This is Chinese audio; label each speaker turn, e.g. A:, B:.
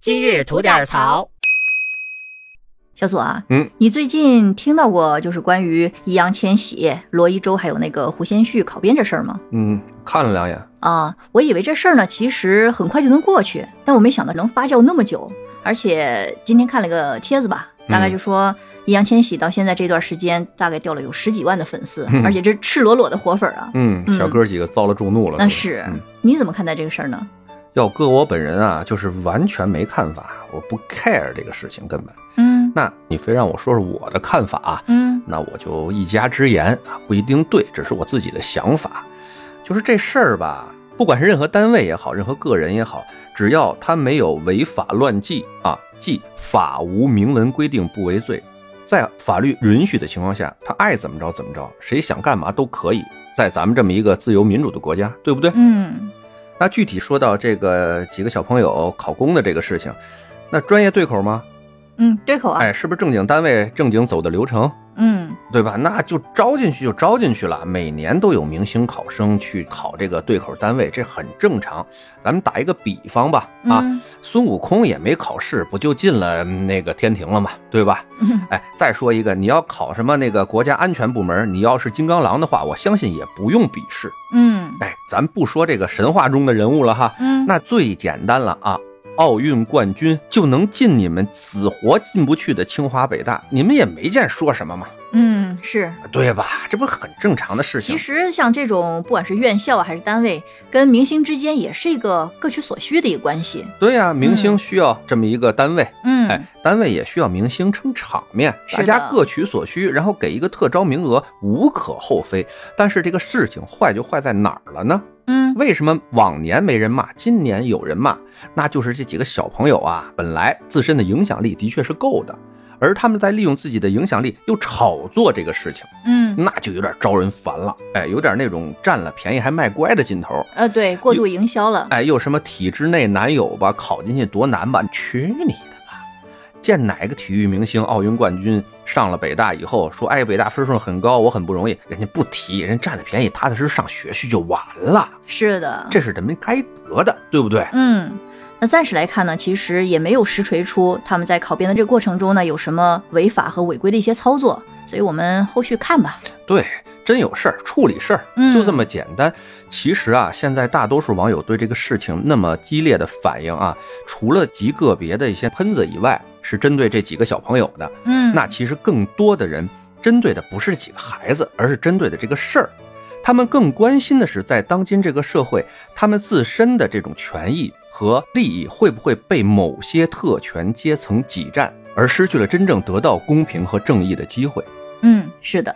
A: 今日吐点槽。
B: 小左啊，
C: 嗯，
B: 你最近听到过就是关于易烊千玺、罗一舟还有那个胡先煦考编这事儿吗？
C: 嗯，看了两眼，
B: 啊，我以为这事儿呢其实很快就能过去，但我没想到能发酵那么久。而且今天看了个帖子吧，
C: 嗯
B: 大概就说易烊千玺到现在这段时间大概掉了有十几万的粉丝，
C: 嗯
B: 而且这赤裸裸的活粉啊。
C: 嗯，小哥几个遭了众怒了。
B: 那
C: 是
B: 是
C: 吧，嗯
B: 你怎么看待这个事儿呢？
C: 要搁我本人啊，就是完全没看法，我不 care 这个事情，根本。
B: 嗯
C: 那你非让我说说我的看法啊，
B: 嗯
C: 那我就一家之言啊，不一定对，只是我自己的想法。就是这事儿吧，不管是任何单位也好，任何个人也好，只要他没有违法乱纪啊，即法无明文规定不为罪，在法律允许的情况下，他爱怎么着怎么着，谁想干嘛都可以，在咱们这么一个自由民主的国家，对不对？
B: 嗯
C: 那具体说到这个几个小朋友考公的这个事情，那专业对口吗？
B: 嗯，对口啊，
C: 哎，是不是正经单位正经走的流程？
B: 嗯
C: 对吧？那就招进去就招进去了，每年都有明星考生去考这个对口单位，这很正常。咱们打一个比方吧，啊，
B: 嗯
C: 孙悟空也没考试，不就进了嗯那个天庭了吗？对吧？
B: 嗯
C: 哎，再说一个，你要考什么那个国家安全部门，你要是金刚狼的话，我相信也不用笔试。
B: 嗯
C: 哎，咱不说这个神话中的人物了哈，
B: 嗯，
C: 那最简单了啊！奥运冠军就能进你们死活进不去的清华北大，你们也没见说什么嘛，
B: 嗯是。
C: 对吧？这不是很正常的事情
B: 其。实像这种，不管是院校啊还是单位，跟明星之间也是一个各取所需的一个关系。
C: 对呀、明星需要这么一个单位，
B: 嗯，
C: 哎，单位也需要明星撑场面，
B: 是
C: 大
B: 的
C: 家各取所需，然后给一个特招名额，无可厚非。但是这个事情坏就坏在哪儿了呢？
B: 嗯
C: 为什么往年没人骂，今年有人骂？那就是这几个小朋友啊，本来自身的影响力的确是够的，而他们在利用自己的影响力又炒作这个事情，
B: 嗯，
C: 那就有点招人烦了。哎，有点那种占了便宜还卖乖的劲头。
B: 呃，对，过度营销了。
C: 哎，又什么体制内男友吧，考进去多难吧？去你的吧！见哪个体育明星奥运冠军上了北大以后，说哎北大分数很高，我很不容易，人家不提，人占了便宜，踏踏实实上学去就完了。
B: 是的，
C: 这是人们该得的，对不对？
B: 嗯。那暂时来看呢，其实也没有实锤出他们在考编的这个过程中呢有什么违法和违规的一些操作，所以我们后续看吧。
C: 对，真有事儿，处理事儿，
B: 嗯
C: 就这么简单。其实啊，现在大多数网友对这个事情那么激烈的反应啊，除了极个别的一些喷子以外，是针对这几个小朋友的。
B: 嗯，
C: 那其实更多的人针对的不是几个孩子，而是针对的这个事儿。他们更关心的是，在当今这个社会，他们自身的这种权益和利益会不会被某些特权阶层挤占，而失去了真正得到公平和正义的机会。
B: 嗯，是的，